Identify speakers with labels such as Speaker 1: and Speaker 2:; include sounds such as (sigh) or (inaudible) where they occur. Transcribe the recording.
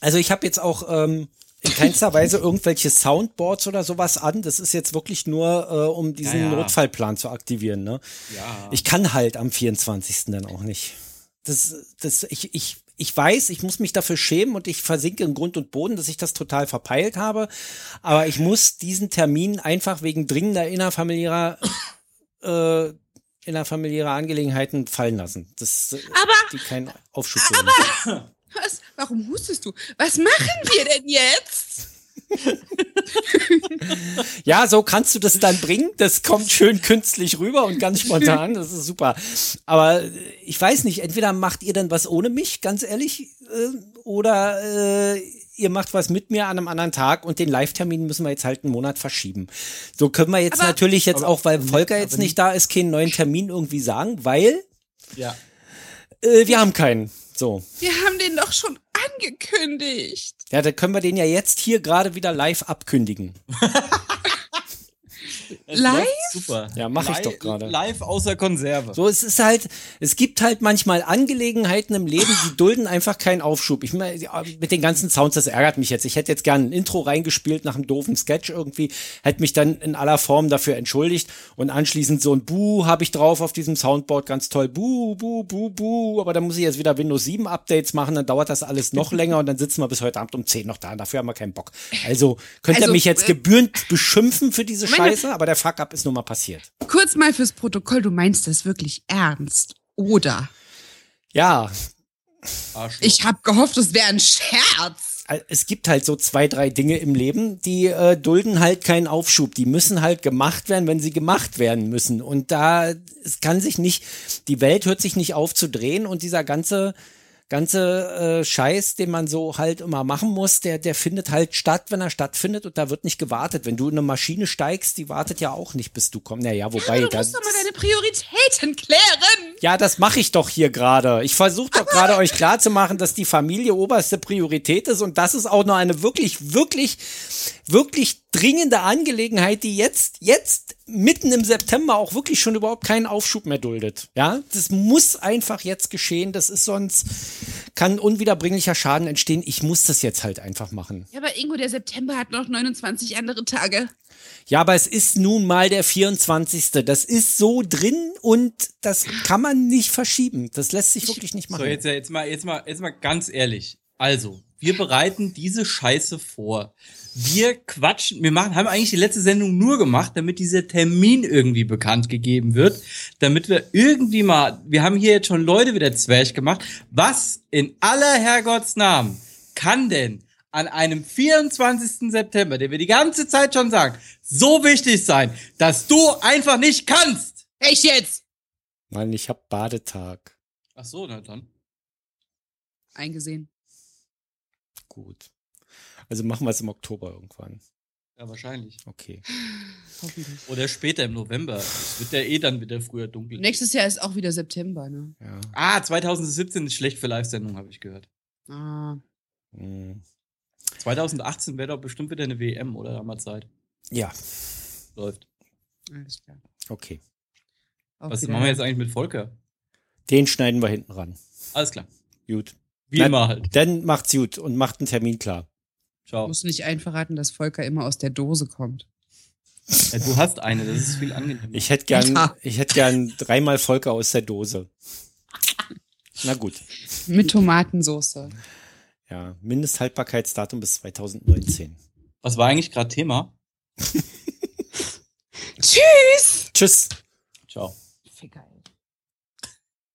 Speaker 1: Also ich habe jetzt auch ähm, in keinster Weise irgendwelche Soundboards oder sowas an. Das ist jetzt wirklich nur, äh, um diesen
Speaker 2: Ja, ja.
Speaker 1: Notfallplan zu aktivieren. Ne?
Speaker 2: Ja.
Speaker 1: Ich kann halt am 24. dann auch nicht. Das, das, ich, ich, ich weiß, ich muss mich dafür schämen und ich versinke in Grund und Boden, dass ich das total verpeilt habe. Aber ich muss diesen Termin einfach wegen dringender innerfamiliärer, äh, innerfamiliärer Angelegenheiten fallen lassen. Das, äh,
Speaker 3: Aber-
Speaker 1: die keinen Aufschub geben.
Speaker 3: Was? Warum hustest du? Was machen wir denn jetzt?
Speaker 1: Ja, so kannst du das dann bringen. Das kommt schön künstlich rüber und ganz spontan. Das ist super. Aber äh, ich weiß nicht, entweder macht ihr dann was ohne mich, ganz ehrlich, äh, oder äh, ihr macht was mit mir an einem anderen Tag und den Live-Termin müssen wir jetzt halt einen Monat verschieben. So können wir jetzt natürlich jetzt auch, weil Volker jetzt nicht da ist, keinen neuen Termin irgendwie sagen, weil
Speaker 2: Ja.
Speaker 1: äh, wir haben keinen. So.
Speaker 3: Wir haben den doch schon angekündigt.
Speaker 1: Ja, dann können wir den ja jetzt hier gerade wieder live abkündigen.
Speaker 2: Es
Speaker 3: Live?
Speaker 2: läuft Super.
Speaker 1: Ja, mach ich
Speaker 2: Li-
Speaker 1: doch gerade.
Speaker 2: Live außer Konserve.
Speaker 1: So, es ist halt, es gibt halt manchmal Angelegenheiten im Leben, die dulden einfach keinen Aufschub. Ich meine, mit den ganzen Sounds, das ärgert mich jetzt. Ich hätte jetzt gerne ein Intro reingespielt nach einem doofen Sketch irgendwie, hätte mich dann in aller Form dafür entschuldigt und anschließend so ein Bu habe ich drauf auf diesem Soundboard, ganz toll, Bu, Bu, Bu, Bu, aber dann muss ich jetzt wieder Windows 7 Updates machen, dann dauert das alles
Speaker 3: (laughs)
Speaker 1: noch länger und dann sitzen wir bis heute Abend um 10 noch da, dafür haben wir keinen Bock. Also, könnt ihr
Speaker 3: Also,
Speaker 1: mich jetzt
Speaker 3: äh,
Speaker 1: gebührend beschimpfen für diese
Speaker 3: meine-
Speaker 1: Scheiße, aber der Fuck-Up ist nun mal passiert.
Speaker 3: Kurz mal fürs Protokoll, du meinst das wirklich ernst, oder?
Speaker 1: Ja,
Speaker 2: Arschloch.
Speaker 3: Ich habe gehofft, es wäre ein Scherz.
Speaker 1: es gibt halt so zwei, drei Dinge im Leben, die äh, dulden halt keinen Aufschub. Die müssen halt gemacht werden, wenn sie gemacht werden müssen. Und da, es kann sich nicht, die Welt hört sich nicht auf zu drehen und dieser ganze, ganze äh, Scheiß, den man so halt immer machen muss, der, der findet halt statt, wenn er stattfindet und da wird nicht gewartet. Wenn du in eine Maschine steigst, die wartet ja auch nicht, bis du kommst. Naja, wobei,
Speaker 3: Du
Speaker 1: das,
Speaker 3: musst doch mal deine Prioritäten klären.
Speaker 1: ja, das mache ich doch hier gerade. Ich versuche doch gerade euch klarzumachen, dass die Familie oberste Priorität ist und das ist auch noch eine wirklich, wirklich, wirklich dringende Angelegenheit, die jetzt, jetzt mitten im September auch wirklich schon überhaupt keinen Aufschub mehr duldet. Ja, das muss einfach jetzt geschehen. Das ist sonst, kann unwiederbringlicher Schaden entstehen. Ich muss das jetzt halt einfach machen.
Speaker 3: Ja, aber Ingo, der September hat noch 29 andere Tage.
Speaker 1: Ja, aber es ist nun mal der 24. Das ist so drin und das kann man nicht verschieben. Das lässt sich wirklich nicht machen.
Speaker 2: So, jetzt, jetzt, mal, jetzt, mal, jetzt mal ganz ehrlich. Also, wir bereiten diese Scheiße vor. Wir quatschen, wir machen, haben eigentlich die letzte Sendung nur gemacht, damit dieser Termin irgendwie bekannt gegeben wird, damit wir irgendwie mal, wir haben hier jetzt schon Leute wieder zwerch gemacht. Was in aller Herrgotts Namen kann denn an einem 24. September, den wir die ganze Zeit schon sagen, so wichtig sein, dass du einfach nicht kannst?
Speaker 3: Ich jetzt.
Speaker 1: Nein, ich hab Badetag.
Speaker 2: Ach so, na dann.
Speaker 3: Eingesehen.
Speaker 1: Gut. Also machen wir es im Oktober irgendwann.
Speaker 2: Ja, wahrscheinlich.
Speaker 1: Okay.
Speaker 2: Oder später im November. Es wird ja eh dann wieder früher dunkel.
Speaker 3: Nächstes Jahr ist auch wieder September, ne?
Speaker 1: Ja.
Speaker 2: Ah, 2017 ist schlecht für Live-Sendungen, habe ich gehört.
Speaker 3: Ah.
Speaker 1: Mm.
Speaker 2: 2018 wäre doch bestimmt wieder eine WM, oder? Haben wir Zeit.
Speaker 1: Ja,
Speaker 2: Läuft.
Speaker 3: Alles klar.
Speaker 1: okay.
Speaker 3: Auf
Speaker 2: Was
Speaker 3: Wiedersehen.
Speaker 2: machen wir jetzt eigentlich mit Volker?
Speaker 1: Den schneiden wir hinten ran.
Speaker 2: Alles klar.
Speaker 1: Gut.
Speaker 2: Wie
Speaker 1: Nein.
Speaker 2: immer halt.
Speaker 1: Dann macht's gut und macht einen Termin klar.
Speaker 2: Ciao.
Speaker 3: Musst nicht einen verraten, dass Volker immer aus der Dose kommt.
Speaker 2: Ja, du hast eine, das ist viel angenehmer.
Speaker 1: Ich hätte gern,
Speaker 3: Ja.
Speaker 1: ich hätte gern dreimal Volker aus der Dose. Na gut.
Speaker 3: Mit Tomatensoße.
Speaker 1: Ja, Mindesthaltbarkeitsdatum bis 2019.
Speaker 2: Was war eigentlich gerade Thema?
Speaker 3: Tschüss!
Speaker 1: Tschüss.
Speaker 2: Ciao.
Speaker 3: Ficker, ey.